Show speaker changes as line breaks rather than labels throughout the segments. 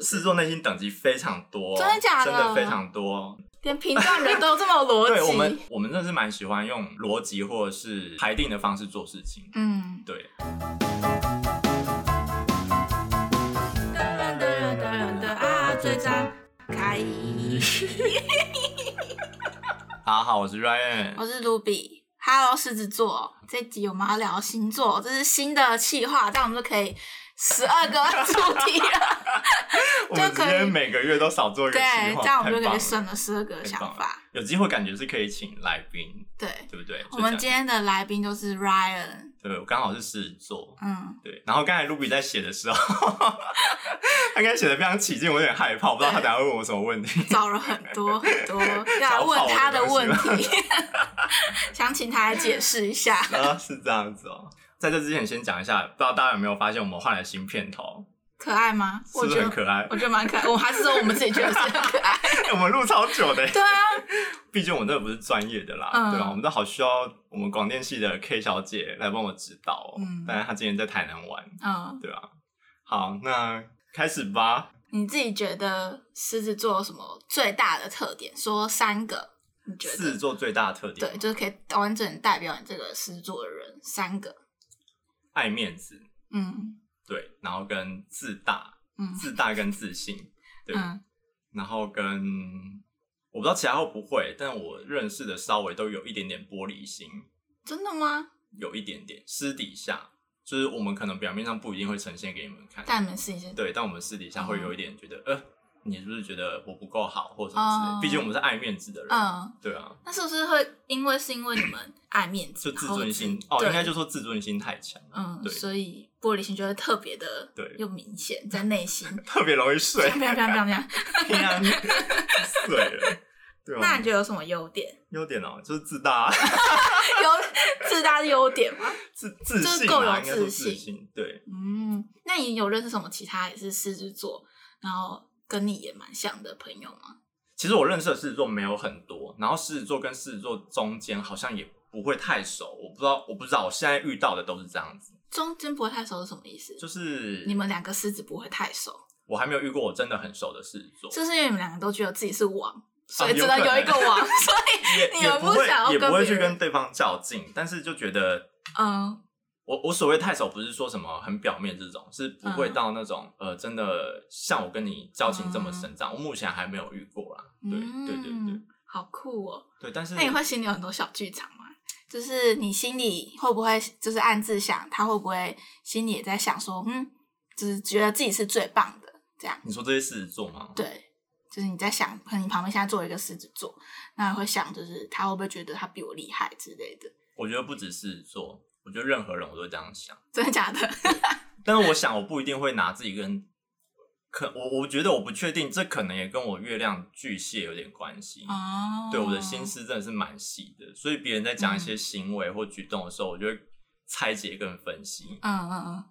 狮子座内心等级非常多，
真的假的
真的非常多。
连评断人都有这么有逻
对
辑。
我们，我们真的是蛮喜欢用逻辑或者是排定的方式做事情。
嗯。
对，
噔噔噔噔啊，最渣开！
大家好，我是 Ryan。
我是 Ruby。Hello，狮子座，这集我们要聊星座，这是新的企划，这样我们就可以十二个 主题了。
我们
就
今
可以
天每个月都少做一个计
对，
划，
这样我们
太
就
棒
可以
了
省了十二个想
太棒
法。
有机会感觉是可以请来宾，
对，
对不对？
我们
就这
今
样
天的来宾就是 Ryan。
对我刚好是狮子座，
嗯，
对。然后刚才 Ruby 在写的时候， 他应该写的非常起劲，我有点害怕，我不知道他等下会问我什么问题。
找了很多很 多要来问他的问题， 想请他来解释一下。
啊，是这样子哦。在这之前，先讲一下，不知道大家有没有发现我们换了新片头，
可爱吗？
是
我
不
觉
是
得
很可爱
我？觉得蛮可爱。我还是说我们自己觉得是很可爱。
我们录超久的，
对啊，
毕竟我们这不是专业的啦，
嗯
对吧？我们都好需要我们广电系的 K 小姐来帮我指导、哦。
嗯
但是她今天在台南玩，
嗯，
对吧？好，那开始吧。
你自己觉得狮子座有什么最大的特点？说三个，你觉
狮子
得？
座最大的特点，
对，就是可以完整代表你这个狮子座的人，三个。
爱面子，
嗯
对，然后跟自大，
嗯
自大跟自信，对，
嗯
然后跟我不知道其他会不会，但我认识的稍微都有一点点玻璃心，
真的吗？
有一点点私底下，就是我们可能表面上不一定会呈现给你们看，
但你哦们是一些
对，但我们私底下会有一点觉得，呃，你是不是觉得我不够好或什么之类的？
哦
毕竟我们是爱面子的人，
嗯，
对啊，
那是不是会因为是因为你们爱面子，
就自
然后
尊心
自
哦，
对
应该就说自尊心太强，
嗯，
对
所以玻璃心就会特别的
对
又明显在内心。
特别容易 睡，
不要不要不要不要！
平安碎了， 对
那
啊
你，觉得有什么优点？
优点哦，就是自大、
有自大的优点吗？
自自
就是
信
够
啊，
有
应该说
自
自
信
信，对，
嗯，那你有认识什么其他也是狮子座，然后跟你也蛮像的朋友吗？
其实我认识的狮子座没有很多，然后狮子座跟狮子座中间好像也不会太熟，我不知道，我不知道，我现在遇到的都是这样子，
中间不会太熟是什么意思？
就是
你们两个狮子不会太熟，
我还没有遇过我真的很熟的狮子座，
是不是因为你们两个都觉得自己是王，所以
啊有
只能
可能
有一个 王，所以
也
你
也
们
不
不
会
想要
也
跟
不会
别
去
人
跟对方较劲，但是就觉得
嗯
我我所谓太熟，不是说什么很表面这种，是不会
嗯
到那种、呃，真的像我跟你交情这么
哦
深长，我目前还没有遇过啦。对、对对对
嗯好酷哦！
对，但是
那你会心里有很多小剧场吗？就是你心里会不会就是暗自想，他会不会心里也在想说，嗯，就是觉得自己是最棒的这样？
你说这些狮子座吗？
对，就是你在想，可能你旁边现在坐一个狮子座，那你会想，就是他会不会觉得他比我厉害之类的？
我觉得不止狮子座，我觉得任何人我都会这样想。
真的假的？
但是我想，我不一定会拿自己跟可我我觉得我不确定，这可能也跟我月亮巨蟹有点关系。
哦嗯
对我的心思真的是蛮细的，所以别人在讲一些行为或举动的时候，我就会拆解跟分 析。
嗯嗯嗯，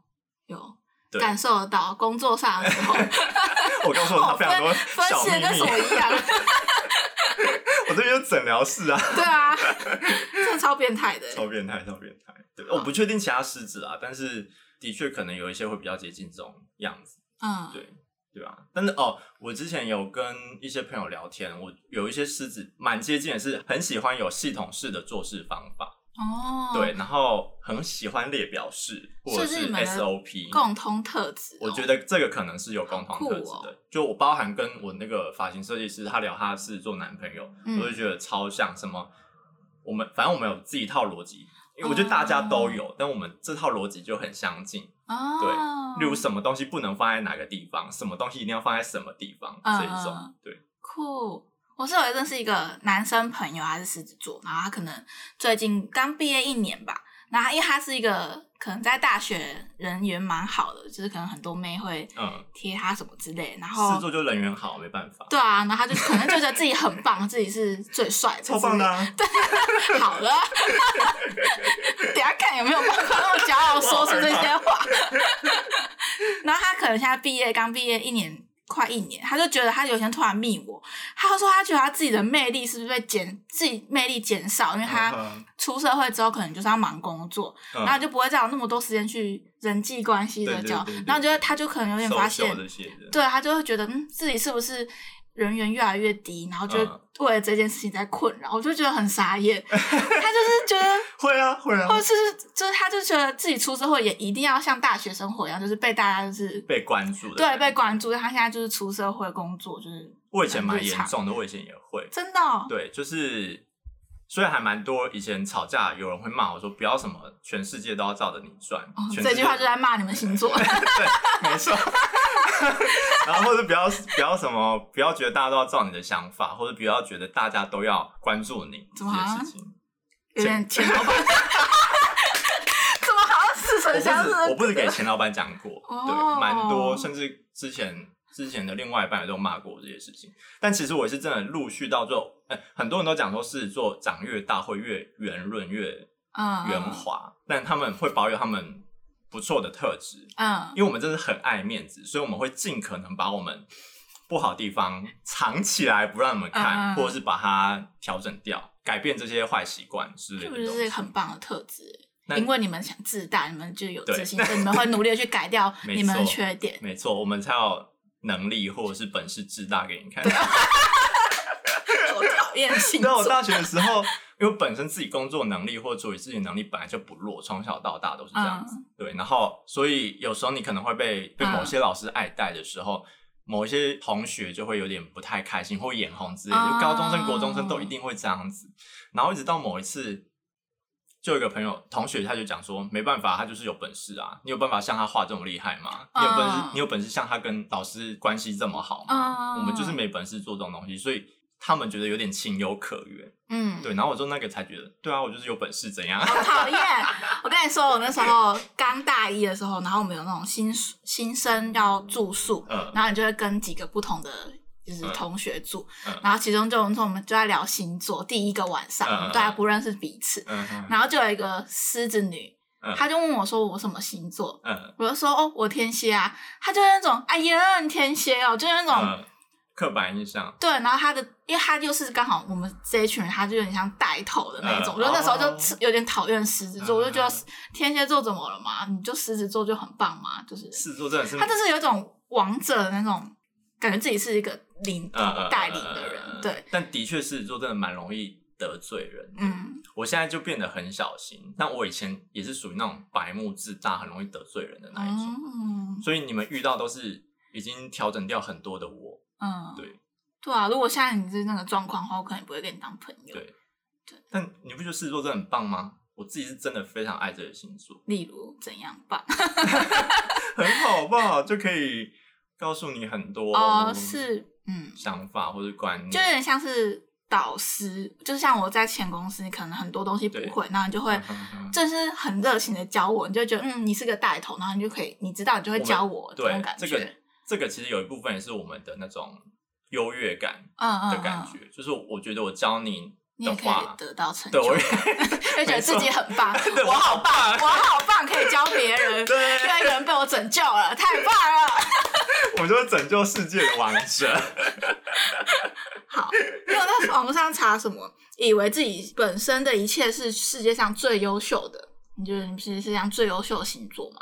有
对，
感受得到，工作上的时 候，
我告诉我他
哦
非常多
分
小
析的跟
秘
什么
密，
一样？
我这边就诊疗室啊，
对啊，真的超变态的。
超变态，超变态。对，我不确定其他狮子啊，但是的确可能有一些会比较接近这种样子，
嗯，
对对吧、但是哦，我之前有跟一些朋友聊天，我有一些狮子蛮接近的是很喜欢有系统式的做事方法，
哦，
对，，然后很喜欢列表式或者
是不是你们的
SOP
共通特质哦、
我觉得这个可能是有共同特质
好酷哦
的，就我包含跟我那个发型设计师，他聊他是做男朋友，
嗯
我就觉得超像什么，我们反正我们有自己一套逻辑，因为我觉得
哦
大家都有，但我们这套逻辑就很相近。
哦，
例如什么东西不能放在哪个地方，什么东西一定要放在什么地方，
嗯
这一种
嗯
对，
酷。我是有认识一个男生朋友，他是狮子座，然后他可能最近刚毕业一年吧，然后因为他是一个可能在大学人缘蛮好的，就是可能很多妹会
嗯，
贴他什么之类，然
狮子
后
座就人缘好，没办法，
对啊，然后他就可能就觉得自己很棒，自己是最帅的，
超棒的、啊，
就是 好了，等一下看有没有办法那么骄 傲说出这些话。然后他可能现在毕业，刚毕业一年快一年，他就觉得他有一天突然密我，他就说他觉得他自己的魅力是不是被减，自己魅力减少，因为他
嗯
出社会之后可能就是要忙工作，
嗯
然后就不会再有那么多时间去人际关系的
对对
交
对对，
然后觉得他就可能有点发现
social 这些的，
对他就会觉得，嗯，自己是不是人缘越来越低，然后就
嗯
为了这件事情在困扰，我就觉得很傻眼。他就是 觉得，
会啊会啊
或，者是就是他就觉得自己出社会也一定要像大学生活一样，就是被大家就是
被关注的
对
感觉
被关注。他现在就是出社会工作，就是
我以前蛮
很日
严
常
重的，我以前也会，
真的哦、
对，就是所以还蛮多以前吵架，有人会骂我说不要什么，全世界都要照着你转，
哦
全
这
世
句
界
话就在骂你们 星座，
没错。 然后或者不要不要什么，不要觉得大家都要照你的想法，或者不要觉得大家都要关注你这
怎么啊
件
好像
事情。
有点钱老板， 怎么好像似
我
曾
不
相识
止
的？
我不止给钱老板讲过，
哦
对，蛮多，甚至之前之前的另外一半也都骂过我这些事情。但其实我也是真的陆续到最后，哎、很多人都讲说狮子座长越大会越圆润越
嗯
圆滑，但他们会保有他们不错的特质，
嗯，
因为我们真的很爱面子，所以我们会尽可能把我们不好的地方藏起来，不让你们看，
嗯嗯嗯
或者是把它调整掉，改变这些坏习惯之类
是
的
不
东
是
西。
是一个很棒的特质？
那
因为你们想自大，你们就有
对
自信，所以你们会努力的去改掉
没错
你们的缺点。
没错，我们才有能力或者是本事自大给你看。
我 讨厌星
对，我
座，
大学的时候，因为我本身自己工作能力或处理事情能力本来就不弱，从小到大都是这样
嗯
子。对，然后所以有时候你可能会被被某些老师爱戴的时候，某一些同学就会有点不太开心或眼红之类的，
哦
就高中生、国中生都一定会这样子。然后一直到某一次。就有一个朋友同学，他就讲说，没办法，他就是有本事啊！你有办法像他画这么厉害吗？你有本事
嗯，
你有本事像他跟老师关系这么好吗？
嗯
我们就是没本事做这种东西，所以他们觉得有点情有可原。
嗯，
对，然后我就那个才觉得，对啊，我就是有本事怎样？
好讨厌。我跟你说，我那时候刚大一的时候，然后我们有那种新新生要住宿，
嗯
然后你就会跟几个不同的。就是
嗯
同学住，
嗯
然后其中就我们说我们就在聊星座，第一个晚上、
嗯嗯
我们都还不认识彼此，
嗯嗯
然后就有一个狮子女，
嗯
她就问我说我什么星座，
嗯
我就说哦，我天蝎啊，他就是那种哎呀，你天蝎哦，就是那种、
嗯，刻板印象，
对，然后他的，因为他又是刚好我们这一群人，他就有点像带头的那一
嗯
种，我就那时候
哦
就有点讨厌狮子
嗯
座，我就觉得天蝎座怎么了嘛？你就狮子座就很棒嘛，就是
狮子座真的是，
他就是有一种王者的那种感觉，自己是一个领头
嗯嗯
带领的人，，
嗯嗯
对
嗯，但的确狮子座真的蛮容易得罪人。
嗯
我现在就变得很小心，但我以前也是属于那种白目自大、很容易得罪人的那一种，
嗯
所以你们遇到都是已经调整掉很多的我。
嗯，
对
对啊，如果现在你是那个状况的话，我可能也不会跟你当朋友。
对
对，
但你不觉得狮子座真的很棒吗？我自己是真的非常爱这个星座。
例如怎样吧？
很好吧，就可以告诉你很多
哦，是，嗯，
想法或者观念，
就有点像是导师，就像我在前公司，你可能很多东西不会，然后你就会
嗯嗯嗯
就是很热情的教我，你就觉得嗯，你是个带头，然后你就可以，你知道你就会教我这种
对
感觉，
这个这个其实有一部分也是我们的那种优越感
嗯嗯
的感觉，
嗯，
就是我觉得我教你
你
的
也可以
话，
得到成
对
就
我
感，就觉得自己很棒，
对
我好
棒
我好棒，可以教别人，
对，
因为有人被我拯救了，太棒了。
我就是拯救世界的王者。
因为我在网上查什么，以为自己本身的一切是世界上最优秀的，你觉得你是世界上最优秀的星座吗？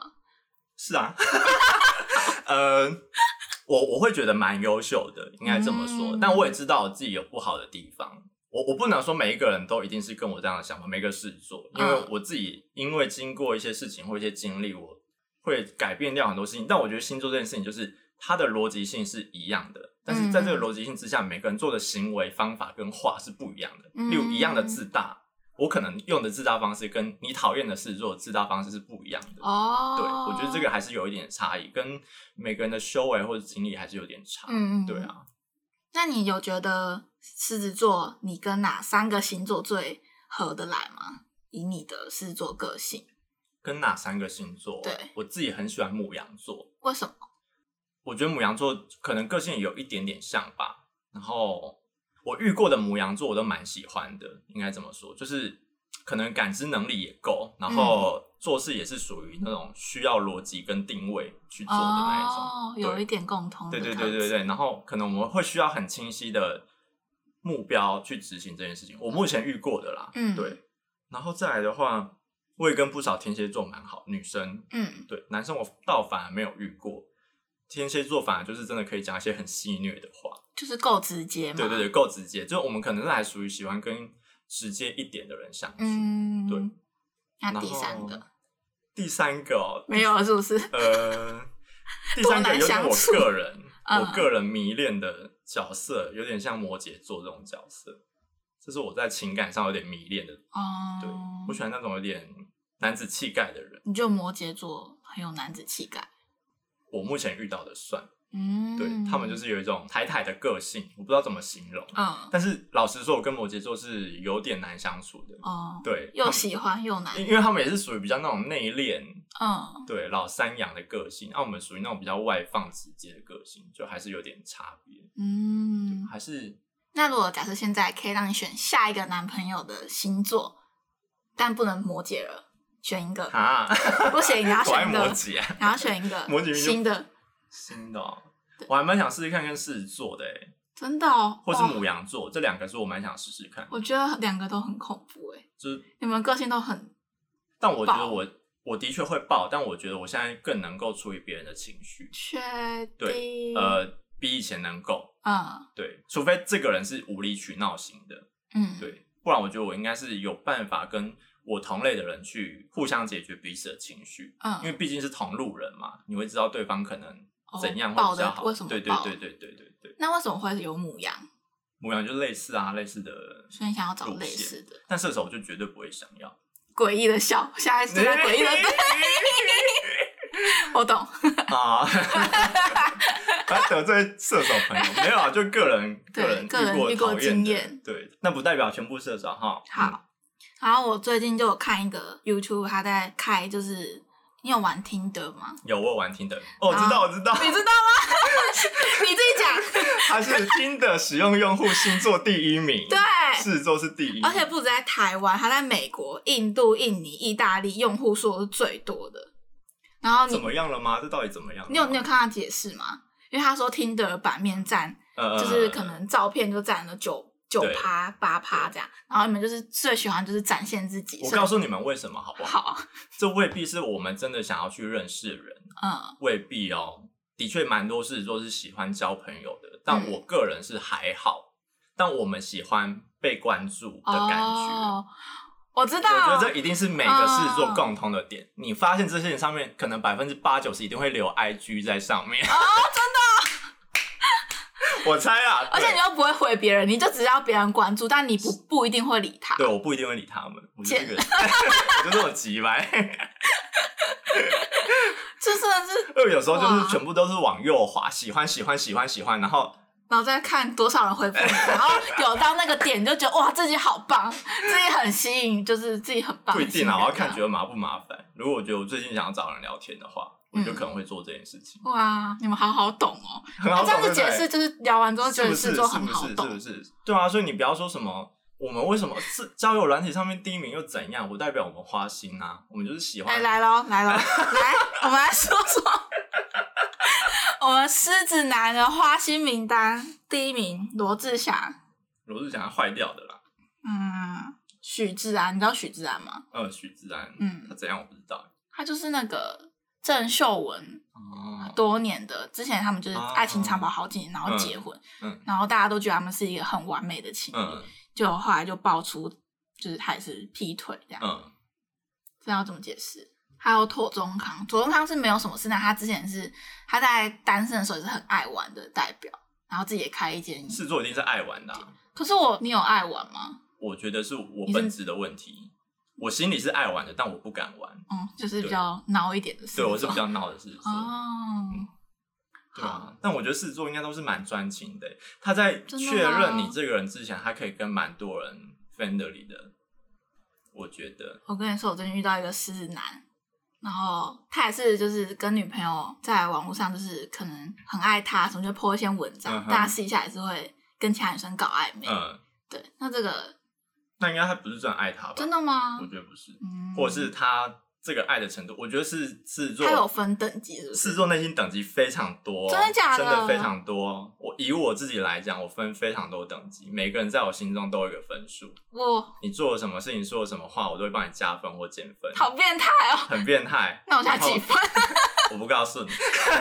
是啊，呃，我我会觉得蛮优秀的，应该这么说。
嗯
但我也知道我自己有不好的地方，我我不能说每一个人都一定是跟我这样的想法，每个事做，因为
嗯
我自己因为经过一些事情或一些经历，我会改变掉很多事情。但我觉得星座这件事情就是。它的逻辑性是一样的，但是在这
嗯
个逻辑性之下，每个人做的行为方法跟话是不一样的。
嗯
例如，一样的自大，我可能用的自大方式跟你讨厌的事做的自大方式是不一样的。
哦，
对，我觉得这个还是有一点差异，跟每个人的修为或者经历还是有点差。
嗯，嗯，
对。啊，
那你有觉得狮子座你跟哪三个星座最合得来吗？以你的狮子座个性，
跟哪三个星座？啊
对，
我自己很喜欢母羊座，
为什么？
我觉得母羊座可能个性有一点点像吧。然后我遇过的母羊
嗯
座我都蛮喜欢的，应该怎么说？就是可能感知能力也够，然后做事也是属于那种需要逻辑跟定位去做的那一种。
哦，
对
有一点共通的
对
特
对
质。
对对对，然后可能我们会需要很清晰的目标去执行这件事情。我目前遇过的啦，
嗯
对。然后再来的话，我也跟不少天蝎座蛮好，女生
嗯，
对男生我倒反而没有遇过。天蝎座反而就是真的可以讲一些很戏谑的话，
就是够直接嘛。
对对对，够直接。就是我们可能是还属于喜欢跟直接一点的人相处。
嗯，
对。
那
然
第三
后
个
第三个哦，
没有了，是不是？
呃，第三个有点我
多难相处
个人，
嗯
我个人迷恋的角色，有点像摩羯座这种角色，这是我在情感上有点迷恋的。
哦，
对，我喜欢那种有点男子气概的人，
你就摩羯座很有男子气概。
我目前遇到的算，
嗯，
对他们就是有一种台台的个性，我不知道怎么形容。
嗯
但是老实说，我跟摩羯座是有点难相处的，
哦，
对，
又
他们
喜欢又难。
因因为他们也是属于比较那种内敛，
嗯，
对老山羊的个性，那、我们属于那种比较外放直接的个性，就还是有点差别。
嗯，
还是
那如果假设现在可以让你选下一个男朋友的星座，但不能摩羯了，选一个，
啊，
不行，你要
我爱
选一
摩
个，
羯、啊，
你要选一个
摩羯明明就
新的，
新的哦、我还蛮想试试看跟狮子座的、欸，
真的哦，
或是
哇
母羊座，这两个是我蛮想试试看。
我觉得两个都很恐怖哎，
就是，
你们个性都很
但我觉得
爆
我我的确会爆，但我觉得我现在更能够处理别人的情绪，
确
对
定，，
呃，比以前能够，
嗯
对，除非这个人是无理取闹型的，
嗯，
对，不然我觉得我应该是有办法跟我同类的人去互相解决彼此的情绪，因为
嗯，
毕竟是同路人嘛，你会知道对方可能怎样会
哦爆
比较
的
好。
为什么
对对
爆
对对对对对，
那为什么会有母羊？
母羊就类似啊，类似的
所以你想要找
路
类
线
似的，
但射手我就绝对不会想要。
诡异的笑，我现在是在啊诡异的， 我懂，
啊， 还得罪射手朋友没有啊？就个人
对
人
个人
遇
遇过
过讨
经
厌的
验
对，那不代表全部射手哈。嗯
好，然后我最近就有看一个 YouTube，他在开，就是你有玩 Tinder 吗？
有我有玩听的，哦，我
啊
知道我 知道，
你知道吗？你自己讲。
他是听的使用用户星座第一名，
对
狮子座是第一，
而且不止在台湾，他在美国、印度、印尼、意大利用户数是最多的。然后
怎
你
么样了吗？这到底怎么样了吗？
嗯你有你有看他解释吗？因为他说 Tinder 版面占
呃，
就是可能照片就占了九九
对
趴八趴这样，然后你们就是最喜欢就是展现自己。
我
所以
告诉你们为什么好不好？
好，
这未必是我们真的想要去认识的人，
嗯
未必哦。的确，蛮多狮子座是喜欢交朋友的，但
嗯
我个人是还好，但我们喜欢被关注的感觉。
哦，我知道，
我觉得这一定是每个狮子座共通的点。你发现这些人上面可能百分之八九十一定会留 IG 在上面。哦，真 的、我猜啊，
哦而且
对
你又不会回别人，你就只要别人关注，但你不不一定会理他。
对，我不一定会理他们，我就是个， 我就这么急白。
这真的是，
因为有时候就是
哇
全部都是往右滑，喜欢喜欢喜欢喜欢，然后
然后再看多少人回复你，然后有到那个点就觉得哇，自己好 棒，自己很吸引，就是自己很棒。
不一定啊，
很
我要
吸引人这样
看觉得麻不麻烦。如果我觉得我最近想要找人聊天的话，我
嗯
就可能会做这件事情。
哇，你们好好懂哦。
很好
这样
懂，对
子
不对
解释，就是聊完之后
是
觉得
不
狮
是
子
是
座
不
很好
是是
懂
不。是？对啊，所以你不要说什么。我们为什么是交友软体上面第一名又怎样？不代表我们花心啊，我们就是喜
哎，
欢。
来喽，来喽，来，我们来说说 我们狮子男的花心名单，第一名罗志祥，
罗志祥他坏掉的啦，
嗯，许志安，你知道许志安吗？
呃，许志安，
嗯
他怎样我不知道。
他就是那个郑秀文
哦，
多年的，之前他们就是
啊
爱情长跑好几年，然后结婚，
嗯
然后大家都觉得他们是一个很完美的情侣，
嗯
就后来就爆出就是他也是劈腿这样，
嗯，
这要怎么解释？还有妥中康，妥中康是没有什么事，但他之前是他在单身的时候也是很爱玩的代表，然后自己也开一间。
狮子座一定是爱玩的啊、
可是我，你有爱玩吗？
我觉得是我
你是
本质的问题。我心里是爱玩的，但我不敢玩。
嗯，就是比较孬一点的事。
对我是比较闹的事情，
哦，
对啊。但我觉得狮子座应该都是蛮专情的。他在
真的
确认
吗
你这个人之前，他可以跟蛮多人 friendly 的。我觉得
我跟你说，我最近遇到一个狮子男，然后他也是就是跟女朋友在网络上就是可能很爱他，什么就 po 一些文章
嗯，哼
大家私底下也是会跟其他女生搞暧昧。
嗯，
对，那这个
那应该他不是真的爱他吧？
真的吗
我？觉得不是，
嗯，
或者是他这个爱的程度，我觉得是制作
它有分等级是
狮
不是
子座内心等级非常多，哦
真的假的
真的非常多。我以我自己来讲，我分非常多等级，每个人在我心中都有一个分数。
哇，
你做了什么事情，说了什么话，我都会帮你加分或减分。
好变态哦！
很变态。
那我现在几分？
然后？我不告诉你，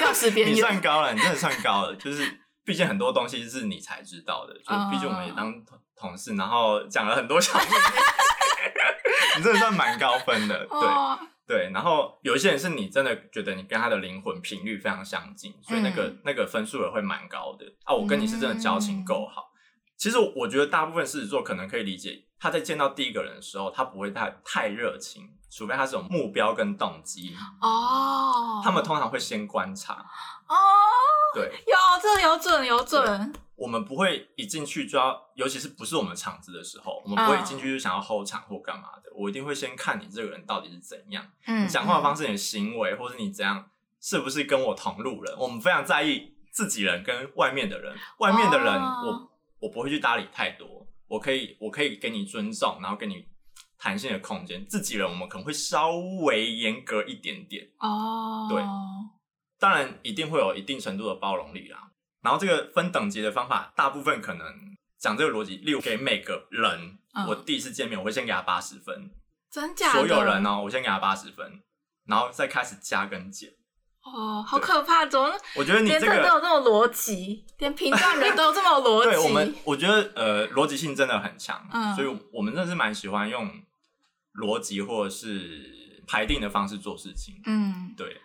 又是边
你算
缘，
高了，你真的算高了。就是毕竟很多东西是你才知道的，
哦
就毕竟我们也当同同事，然后讲了很多小秘密。你真的算蛮高分的，对、
哦，
对。然后有一些人是你真的觉得你跟他的灵魂频率非常相近，所以那个、
嗯
那个分数也会蛮高的啊。我跟你是真的交情够好。其实我觉得大部分狮子座可能可以理解，他在见到第一个人的时候，他不会太太热情，除非他是有目标跟动机。
哦，
他们通常会先观察，
哦，
对
有这个有准有准，
我们不会一进去就要，尤其是不是我们场子的时候，我们不会一进
嗯
去就想要 hold 场或干嘛的。我一定会先看你这个人到底是怎样，
嗯，
你讲话的方式、你的行为，或是你怎样，是不是跟我同路人？我们非常在意自己人跟外面的人，外面的人
哦
我我不会去搭理太多，我可以我可以给你尊重，然后给你弹性的空间。自己人我们可能会稍微严格一点点。
嗯哦，
对当然一定会有一定程度的包容力啦。然后这个分等级的方法，大部分可能讲这个逻辑，例如给每个人，
嗯
我第一次见面，我会先给他八十分，
真假
所
的
有人哦，我先给他八十分，然后再开始加跟减。
哦，好
对
可怕，怎么
我觉得你
连
这
这都
个
有这种逻辑，连评断人都有这么逻 辑，
对我们，我觉得呃逻辑性真的很强，
嗯
所以我们真的是蛮喜欢用逻辑或者是排定的方式做事情。
嗯，
对，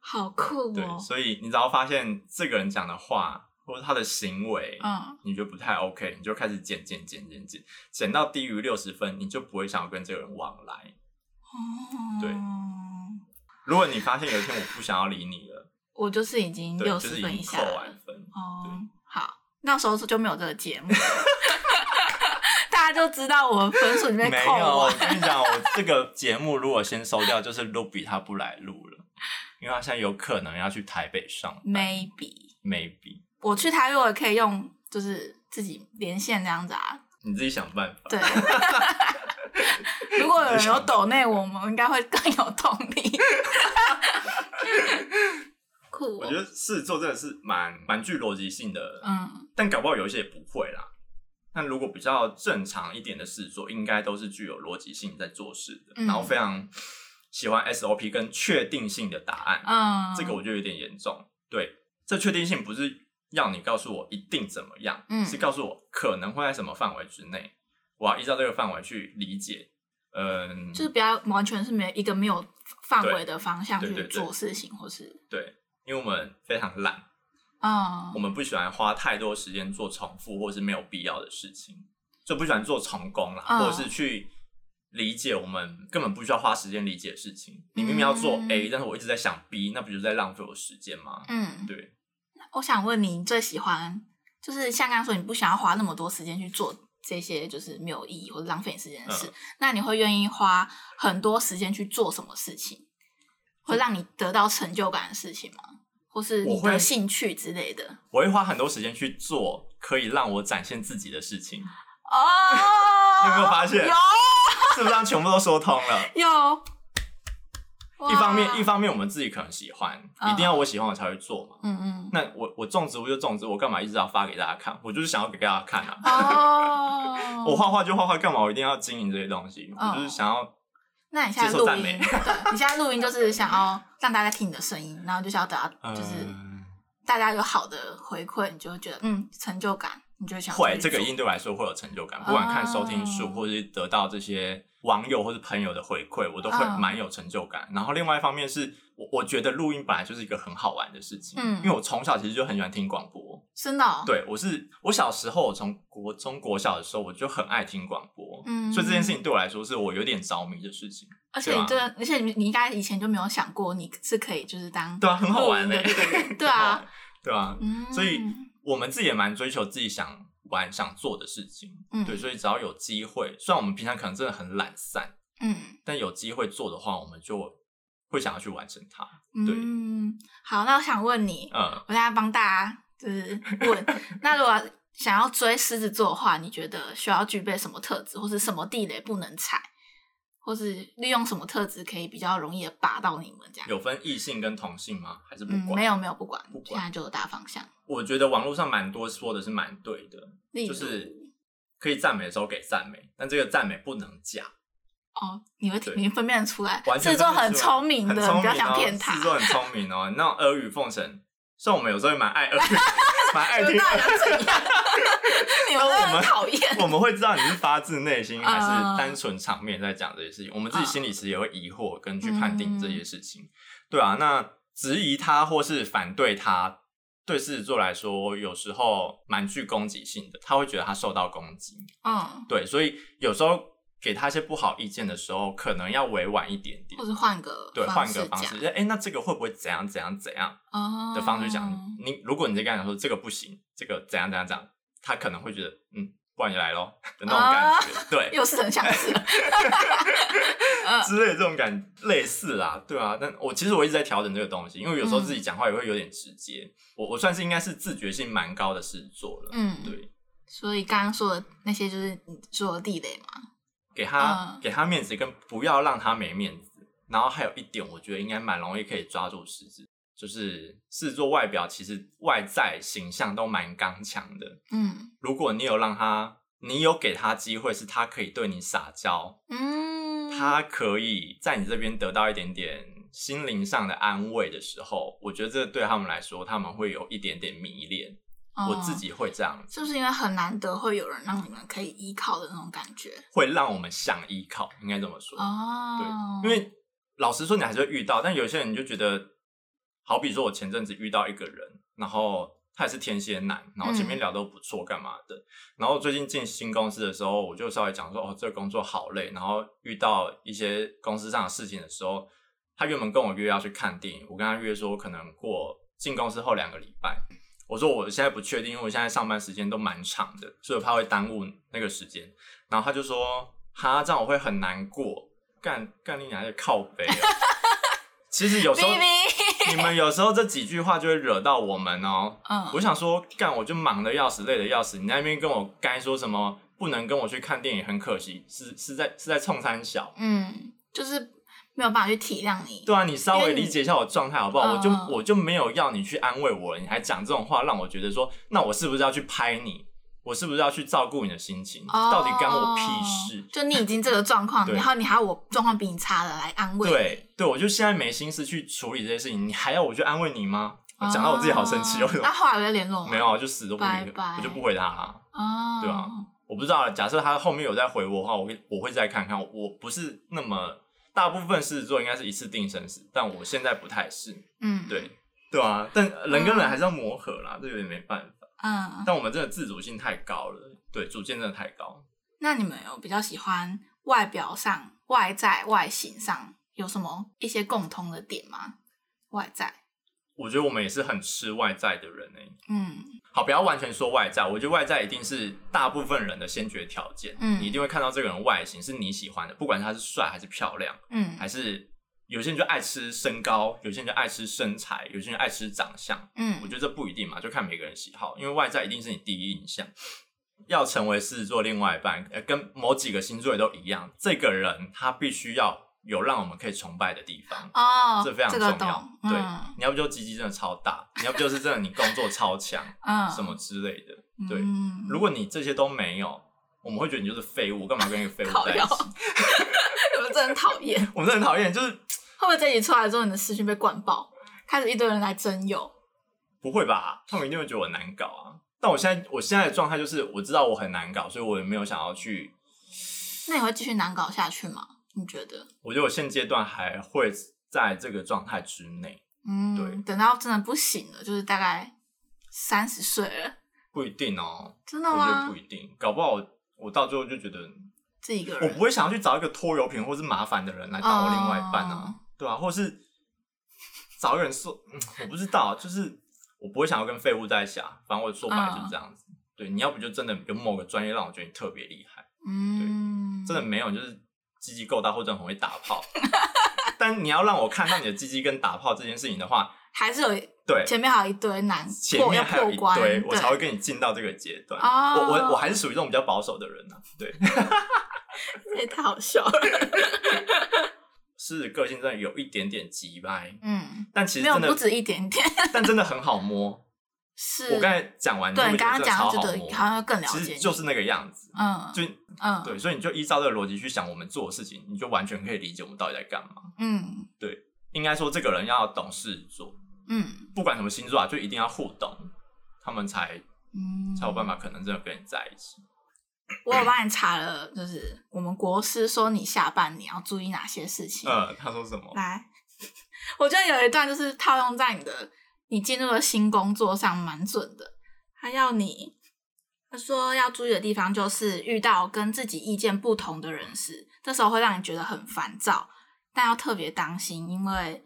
好酷
对，
哦，
所以你只要发现这个人讲的话或者他的行为，
嗯，
你觉得不太 OK，你就开始减减减减减，减到低于六十分，你就不会想要跟这个人往来。
哦
对如果你发现有一天我不想要理你了，
我就是已经
对，
六
就是
十
已
分以
经
下
扣
了
完分。
哦
对，
好，那时候就没有这个节目， 大家就知道我分数里面
没
扣
有，我
完。
跟你讲，我这个节目如果先收掉，就是露比他不来录了，因为他现在有可能要去台北上
Maybe
，maybe
我去台北，我也可以用，就是自己连线这样子啊。
你自己想办法。
对， 如果有人有抖内，我们应该会更有动力。 酷、
我觉
哦，
得狮子座真的是蛮蛮具逻辑性的，
嗯，
但搞不好有一些也不会啦。但如果比较正常一点的事做，应该都是具有逻辑性在做事的，
嗯
然后非常喜欢 SOP 跟确定性的答案。
嗯，
这个我觉得有点严重。对，这确定性不是要你告诉我一定怎么样，
嗯
是告诉我可能会在什么范围之内，我要依照这个范围去理解。嗯，
就是不要完全是没有一个没有范围的方向
对对
去
对对
做事情，或是
对，因为我们非常懒，
嗯
我，们不喜欢花太多时间做重复或是没有必要的事情，就不喜欢做重工啦，
嗯
或者是去理解我们根本不需要花时间理解的事情。你明明要做
嗯
A，、但是我一直在想 B，那不就是在浪费我时间吗？
嗯，
对。
我想问你，你最喜欢就是像刚刚说，你不想要花那么多时间去做这些就是没有意义或者浪费你时间的事，
嗯
那你会愿意花很多时间去做什么事情，会让你得到成就感的事情吗？或是
我
你
会
的兴趣之 类的？
我会花很多时间去做可以让我展现自己的事情，
哦
你有没有发现
有
是不是让全部都说通 了？
有。
一方面，
哇
一，方面我们自己可能喜欢，
嗯
一定要我喜欢我才会做嘛。
嗯嗯，
那我我种植物就种植物，我干嘛一直要发给大家看？我就是想要给大家看啊。，
哦
我画画就画画，干嘛我一定要经营这些东西？
嗯
我就是想要，
那你现在
接
录
受赞
音，
美
对，你现在录音就是想要让大家听你的声音，然后就是要得到，
嗯，
就是大家有好的回馈，你就会觉得嗯成就感，你就会想
会
继
这个
续做
一定对我来说会有成就感，不管看收听
哦
数，或是得到这些网友或是朋友的回馈，我都会
嗯
蛮有成就感。然后另外一方面是我我觉得录音本来就是一个很好玩的事情，
嗯
因为我从小其实就很喜欢听广播，
真的、哦、，
对，我是我小时候，我从国中国小的时候，我就很爱听广播，
嗯
所以这件事情对我来说是我有点着迷的事情。
而且你这个，而且你你应该以前就没有想过你是可以就是当
对啊，很好玩
录
嘞、
音的这个人哦对
很好
啊
玩，，对啊，
嗯，
所以我们自己也蛮追求自己想玩、想做的事情。
嗯
对，所以只要有机会，虽然我们平常可能真的很懒散，
嗯
但有机会做的话，我们就会想要去完成它。对
嗯，好，那我想问你，
嗯，
我现在帮大家就是 问，那如果想要追狮子座的话，你觉得需要具备什么特质，或是什么地雷不能踩，或是利用什么特质可以比较容易的拔到你们这样？
有分异性跟同性吗？还是不
嗯，
管？
没有没有，不管，
不管
现在就有大方向。
我觉得网络上蛮多说的是蛮对的，
例如
就是可以赞美的时候给赞美，但这个赞美不能假，
哦，你会
对
你分辨得出来，
完全
制作
分
很
不出来
聪明的，
很聪
你
明
不要想骗
哦制作
他。
很聪明哦，那种阿谀奉承，虽然我们有时候也蛮爱阿谀， 蛮爱
你们
听
到底
阿
要怎样？你
那
们都
我们
很讨厌。
我们会知道你是发自内心还是
嗯
单纯场面在讲这些事情，我们自己
嗯
心里其实也会疑惑跟去判定这些事情，对啊，那质疑他或是反对他，对狮子座来说有时候蛮具攻击性的，他会觉得他受到攻击，
嗯，
对，所以有时候给他一些不好意见的时候，可能要委婉一点点
或，者换个
对，换个方
讲
式，哎、诶那这个会不会怎样怎样怎样
哦
的方式讲？你如果你在跟他讲说这个不行，这个怎样怎样怎样，他可能会觉得嗯，不然你来咯的那种感觉，
哦
对，
又是很想 吃。
之类的这种感类似啦，对啊。但我其实我一直在调整这个东西，因为有时候
嗯
自己讲话也会有点直接，我我算是应该是自觉性蛮高的狮子座了，
嗯
对。
所以刚刚说的那些就是你说的地雷嘛。
给他、
嗯
给他面子，跟不要让他没面子。然后还有一点，我觉得应该蛮容易可以抓住狮子，就是狮子座外表其实外在形象都蛮刚强的。
嗯
如果你有让他，你有给他机会，是他可以对你撒娇，
嗯，
他可以在你这边得到一点点心灵上的安慰的时候，我觉得这对他们来说，他们会有一点点迷恋。我自己会这样
哦。，是不是因为很难得会有人让你们可以依靠的那种感觉？
会让我们想依靠，应该这么说。
哦，
因为老实说，你还是会遇到，但有些人你就觉得，好比说，我前阵子遇到一个人，然后他也是天蝎男，然后前面聊得都不错，干嘛的？然后最近进新公司的时候，我就稍微讲说，哦，这个工作好累。然后遇到一些公司上的事情的时候，他原本跟我约要去看电影，我跟他约说，可能过进公司后两个礼拜。我说我现在不确定，因为我现在上班时间都蛮长的，所以我怕会耽误那个时间。然后他就说：“哈，这样我会很难过。”干干你娘的靠背、啊！ 其实有时候
B
你
B，
们有时候这几句话就会惹到我们哦。
嗯，
我想说，干我就忙的要死，累的要死，你在那边跟我该说什么不能跟我去看电影，很可惜，是是在是在冲三小。
嗯，就是没有办法去体谅你。
对啊，你稍
因
微
为你
理解一下我状态好不好？
嗯
我就
嗯
我就没有要你去安慰我，你还讲这种话，让我觉得说，那我是不是要去拍你？我是不是要去照顾你的心情？
哦，
到底干我屁事？
就你已经这个状况，
对
然后你还要我状况比你差的来安慰你，
对对，我就现在没心思去处理这些事情，你还要我去安慰你吗？我讲到我自己好生气哦
哦。那后来有在联络吗？
没有，啊，就死都不
啊拜
理，
拜
我就不回他啦。
哦，
对啊我不知道啊，假设他后面有再回我的话，我会我会再看看。我不是那么大部分狮子座应该是一次定生死，但我现在不太是，
嗯，，
对对啊。但人跟人还是要磨合啦，这有点没办法。
嗯，
但我们真的自主性太高了，对，主见真的太高。
那你们有比较喜欢外表上、外在、外形上有什么一些共通的点吗？外在，
我觉得我们也是很吃外在的人诶、欸
嗯
好，不要完全说外在，我觉得外在一定是大部分人的先决条件。
嗯
你一定会看到这个人外形是你喜欢的，不管他是帅还是漂亮，
嗯
还是有些人就爱吃身高，有些人就爱吃身材，有些人爱吃长相。我
嗯
觉得这不一定嘛，就看每个人喜好，因为外在一定是你第一印象。要成为狮子座另外一半，呃，跟某几个星座也都一样，这个人他必须要有让我们可以崇拜的地方。
哦，
这非常
这
重
个
要，
懂，
对
嗯，
你要不就鸡鸡真的超大，你要不就是真的你工作超强，
嗯，
什么之类的。对，
嗯
如果你这些都没有，我们会觉得你就是废物，干嘛跟一个 废物
讨
在一
厌
起？
你们真的很讨厌，
我们真的很讨厌，就是
会不会这集出来之后，你的私讯被灌爆，开始一堆人来征友？
不会吧？他们一定会觉得我难搞啊。但我现在我现在的状态就是，我知道我很难搞，所以我也没有想要去。
那你会继续难搞下去吗？你觉得？
我觉得我现阶段还会在这个状态之内，
嗯，
对
等到真的不行了，就是大概三十岁了，
不一定哦。
真
我
的
觉得
吗
不？一定，搞不好我我到最后就觉得，
自己一个
我
人，
不会想要去找一个拖油瓶或是麻烦的人来当我另外一半啊。
哦
对啊，或是找一个人说，嗯我不知道，就是我不会想要跟废物在一起啊。反正我说白了就是这样子。对，你要不就真的有某个专业让我觉得你特别厉害，
嗯，
真的没有，你就是鸡鸡够大或者很会打炮。 但你要让我看到你的鸡鸡跟打炮这件事情的话，
还是有
对，
前面还有一堆难
前
破
面
要
还有
破
一
关，
堆，我才会
对
跟你进到这个阶段。
哦
我我我还是属于这种比较保守的人啊，对，
这哎也太好笑 了。
是个性真的有一点点急掰，
嗯，
但其实
没有
真
不
的，
止一点点，
但真的很好摸。
是
我刚才讲完，
对
你
你
就
刚
会觉得
刚讲
这
到这
个
个
超
好
好摸，哦
像更了
其
解
实
你，
就是那个样子，
嗯
就
嗯
对，所以你就依照这个逻辑去想我们做的事情，你就完全可以理解我们到底在干嘛。
嗯
应该说，这个人要懂事做，
嗯
不管什么星座啊，就一定要互动，他们才
嗯，
才有办法，可能真的跟你在一起。
我有帮你查了，就是我们国师说你下半年要注意哪些事情。
呃，他说什么？
来， 我觉得有一段就是套用在你的你进入了新工作上蛮准的。他要你，他说要注意的地方就是遇到跟自己意见不同的人时，这时候会让你觉得很烦躁，但要特别当心，因为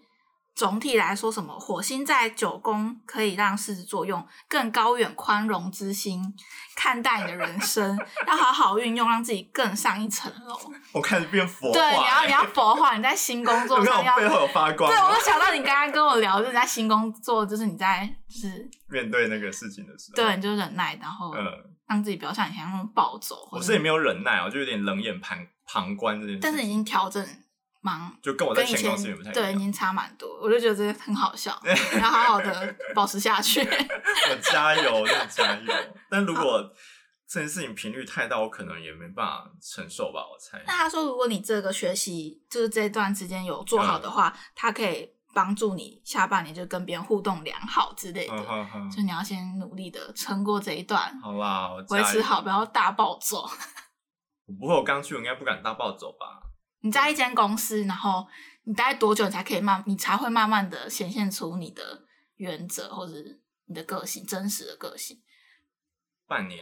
总体来说，什么火星在九宫可以让狮子座用更高远宽容之心看待你的人生，要好好运用，让自己更上一层楼。
我开始变 佛
对，你
化
要
欸，
你要佛化，你在新工 作
你看
上要
我背后有发光
对，我
吗，
就想到你刚刚跟我聊，就是你在新工作，就是你在就是
面对那个事情的时候，
对，你就忍耐，然后
呃，
让自己不要像以前那么暴走，或
我
者
是也没有忍耐啊，我就有点冷眼旁旁观这件事，
但是已经调整蛮。
就跟我在
跟以
前
前
公司也不太一
对已
样，
经差蛮多，我就觉得这很 好笑，你要好好的保持下去。
我加油，我真的加油。但如果这件事情频率太大，我可能也没办法承受吧，我猜。
那他说，如果你这个学习就是这段时间有做
嗯
好的话，他可以帮助你下半年就跟别人互动良好之类的。
嗯 哼哼，
就你要先努力的撑过这一段，
好啦，我加
维
油
持好，不要大暴走。
我不会，我刚去，我应该不敢大暴走吧？
你在一间公司，然后你待多久，你才可以慢，你才会慢慢的显现出你的原则或者你的个性，真实的个性。
半年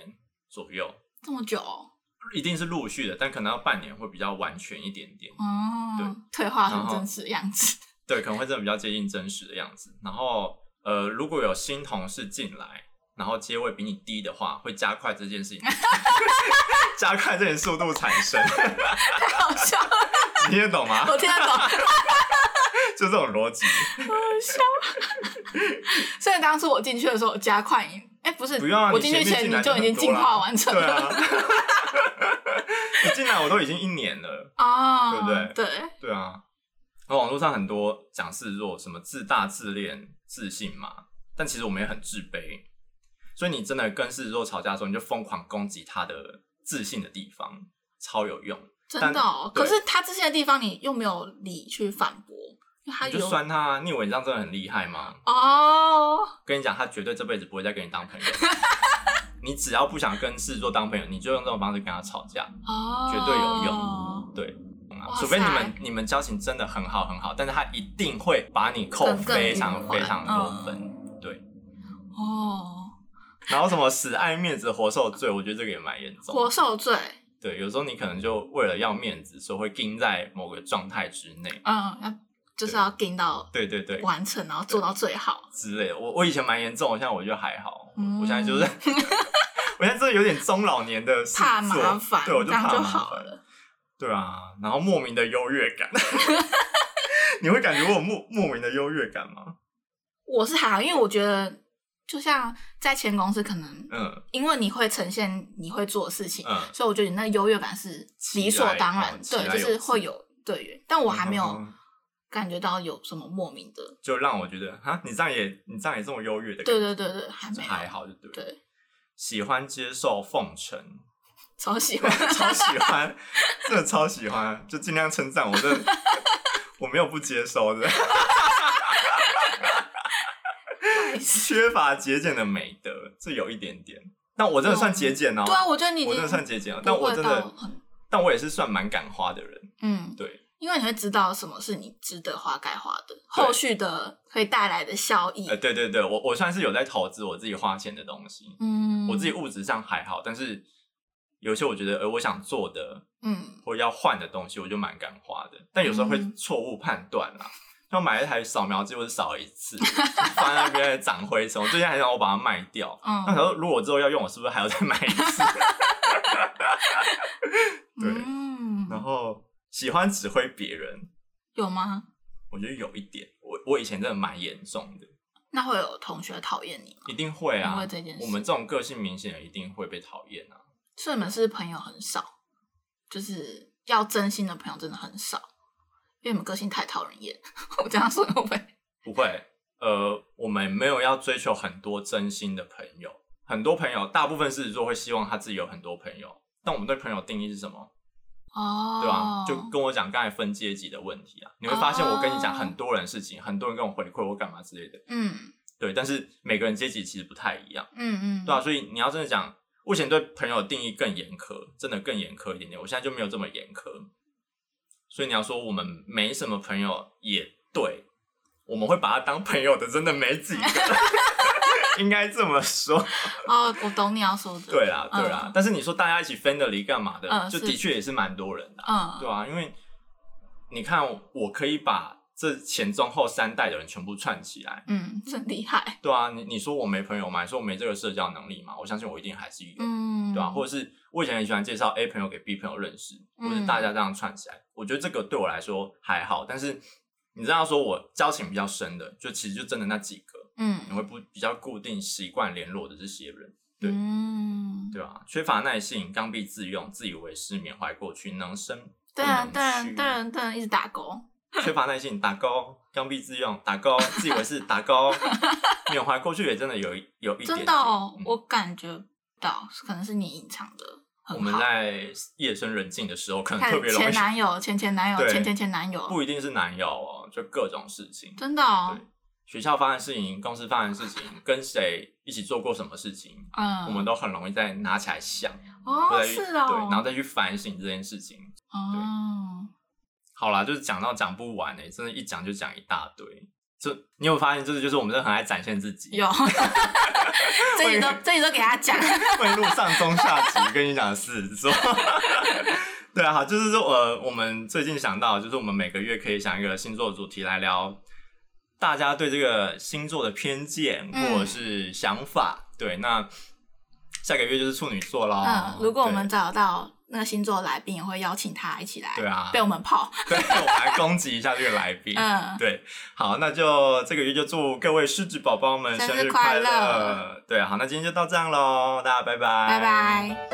左右，
这么久哦，
一定是陆续的，但可能要半年会比较完全一点点。
哦退化
然
成
后
真实的样子。
对，可能会真的比较接近真实的样子。然后，呃，如果有新同事进来，然后阶位比你低的话，会加快这件 事情，加快这件速度产生。
太好笑了，
你听得懂 吗？
我听得懂，好
就这种逻辑，
笑。所以当初我进去的时候，我加快你，哎、不是，
不用啊！
我
你
进
前
去
面
前
进来
你就已
很
经
多
进
啦
化完成
对
了，
啊，你进来我都已经一年了，
哦，
对不
对？
对啊。然后网络上很多讲示弱，什么自大、自恋、自信嘛，但其实我们也很自卑。所以你真的跟示弱吵架的时候，你就疯狂攻击他的自信的地方，超有用。
真的哦。
但对
可是他这些地方你又没有理去反驳，因为他
你就
有
酸他、啊，你以为你这样真的很厉害吗？
哦，
跟你讲，他绝对这辈子不会再跟你当朋 友。你只要不想跟示弱当朋友，你就用这种方式跟他吵架。
哦，
绝对有
用，
对，嗯啊
哇塞
除非你们你们交情真的很好很好，但是他一定会把你扣
更嗯更
非常
愉快
非常多分。对，
哦。
然后什么死爱面子活受罪，我觉得这个也蛮严重
活
的。
受罪，
对，有时候你可能就为了要面子，所以会盯在某个状态之内。
嗯，要就是要定到
对对对，
完成，然后做到最好。
之类的。我我以前蛮严重的，现在我觉得还好。
嗯
我现在 就是，我现在真的有点中老年的事
怕
做
麻烦，
对，我
这
怕
样
麻
就
烦
好。了。
对啊，然后莫名的优越 感，你会感觉我有莫莫名的优越感吗？
我是还好，因为我觉得，就像在前公司，可能
嗯
因为你会呈现你会做的事情，
嗯，
所以我觉得你那优越感是
起来
理所当然
哦，起
对，
来
就
有自
是会有对。但我还
嗯
没有
嗯嗯
感觉到有什么莫名的，
就让我觉得啊，你这样也你这样也这么优越的感
对
觉，
对对对，还
就
没有
还，好，就对了。
对，
喜欢接受奉承，
超喜欢，
超喜欢， 真的超喜欢，就尽量称赞我，真的 我没有不接受的，缺乏节俭的美德，这有一点点。但我真的算节俭哦，
对啊，我觉得你已
我
经
真的算节俭哦，
不
但我
会
真
到
的
很，
但我也是算蛮敢花的人，
嗯，
对。
因为你会知道什么是你值得花该花的，后续的可以带来的效益。
呃，对对对，我我算是有在投资我自己花钱的东西，
嗯，
我自己物质上还好，但是有些我觉得呃我想做的
嗯，
或要换的东西，我就蛮敢花的，但有时候会
嗯
错误判断啦。像买一台扫描机，我只扫了一次，放在那边长灰尘。我最近还想我把它卖掉，
嗯
那时候如果我之后要用，我是不是还要再买一次？ 对
嗯
然后喜欢指挥别人，
有吗？
我觉得有一点，我我以前真的蛮严重的，
那会有同学讨厌你吗？
一定会啊。
因为这件事
我们这种个性明显的一定会被讨厌啊。
所以你们是不是朋友很少，就是要真心的朋友真的很少，因为你们个性太讨人厌。 我这样说会不会？
不会，呃，我们没有要追求很多真心的朋友，很多朋友，大部分狮子座会希望他自己有很多朋友，但我们对朋友定义是什么？
哦，
对吧？就跟我讲刚才分阶级的问题啊，你会发现我跟你讲
哦
很多人事情，很多人跟我回馈或干嘛之类的，
嗯
对，但是每个人阶级其实不太一样，
嗯嗯，
对啊，所以你要真的讲，我以前对朋友的定义更严苛，真的更严苛一点点，我现在就没有这么严苛，所以你要说我们没什么朋友也对，我们会把他当朋友的真的没几个， 应该这么说。
哦，我懂你要说的。
对啦，对啦，
嗯
但是你说大家一起 friendly 干嘛的，
嗯
就是的确也是蛮多人的啊、
嗯，
对啊，因为你看，我可以把这前中后三代的人全部串起来，
嗯，真厉害。
对啊，你你说我没朋友嘛，你说我没这个社交能力嘛，我相信我一定还是有，
嗯，
对啊，或者是我以前很喜欢介绍 A 朋友给 B 朋友认识，或者
嗯
大家这样串起来，我觉得这个对我来说还好，但是你这样说，我交情比较深的，就其实就真的那几个，你
嗯，
会不比较固定习惯联络的这些人。对
嗯，
对啊，缺乏耐性、刚愎自用、自以为是、缅怀过去、能生
对
不
啊，
能
对啊，
屈
对啊，对啊，一直打勾。
缺乏耐性，打勾，刚愎自用，打勾，自以为是，打 勾，缅怀过去也真的有一有一点
真的哦
点嗯，
我感觉到，可能是你隐藏的
嗯
很
我们
好。
在夜深人静的时候，可能
看啊
特别容
前
易，
男友、前前男友、
对
前前前男友，
不一定是男友哦，就各种事情，
真的哦
对，学校发生的事情、公司发生的事情、跟谁一起做过什么事情，
嗯，
我们都很容易再拿起来想，
哦
再去
是哦，
对，然后再去反省这件事情。
哦，
好啦，就是讲到讲不完哎、真的，一讲就讲一大堆。这你有发现，这就是我们真的很爱展现自己，
有， 这里都这里都给他讲，
会录上中下集，跟你讲是说。 对啊，好，就是说，呃，我们最近想到，就是我们每个月可以想一个星座主题来聊，大家对这个星座的偏见
嗯
或者是想法。对，那下个月就是处女座喽。
嗯，如果我们
哦对
找到那个星座来宾，也会邀请他一起来，
对啊
被我们泡，
对， 我们来攻击一下这个来宾。
嗯，
对，好，那就这个月就祝各位狮子宝宝们
生
生
日
日快
快乐
乐。对，好，那今天就到这样喽，大家拜拜，
拜拜。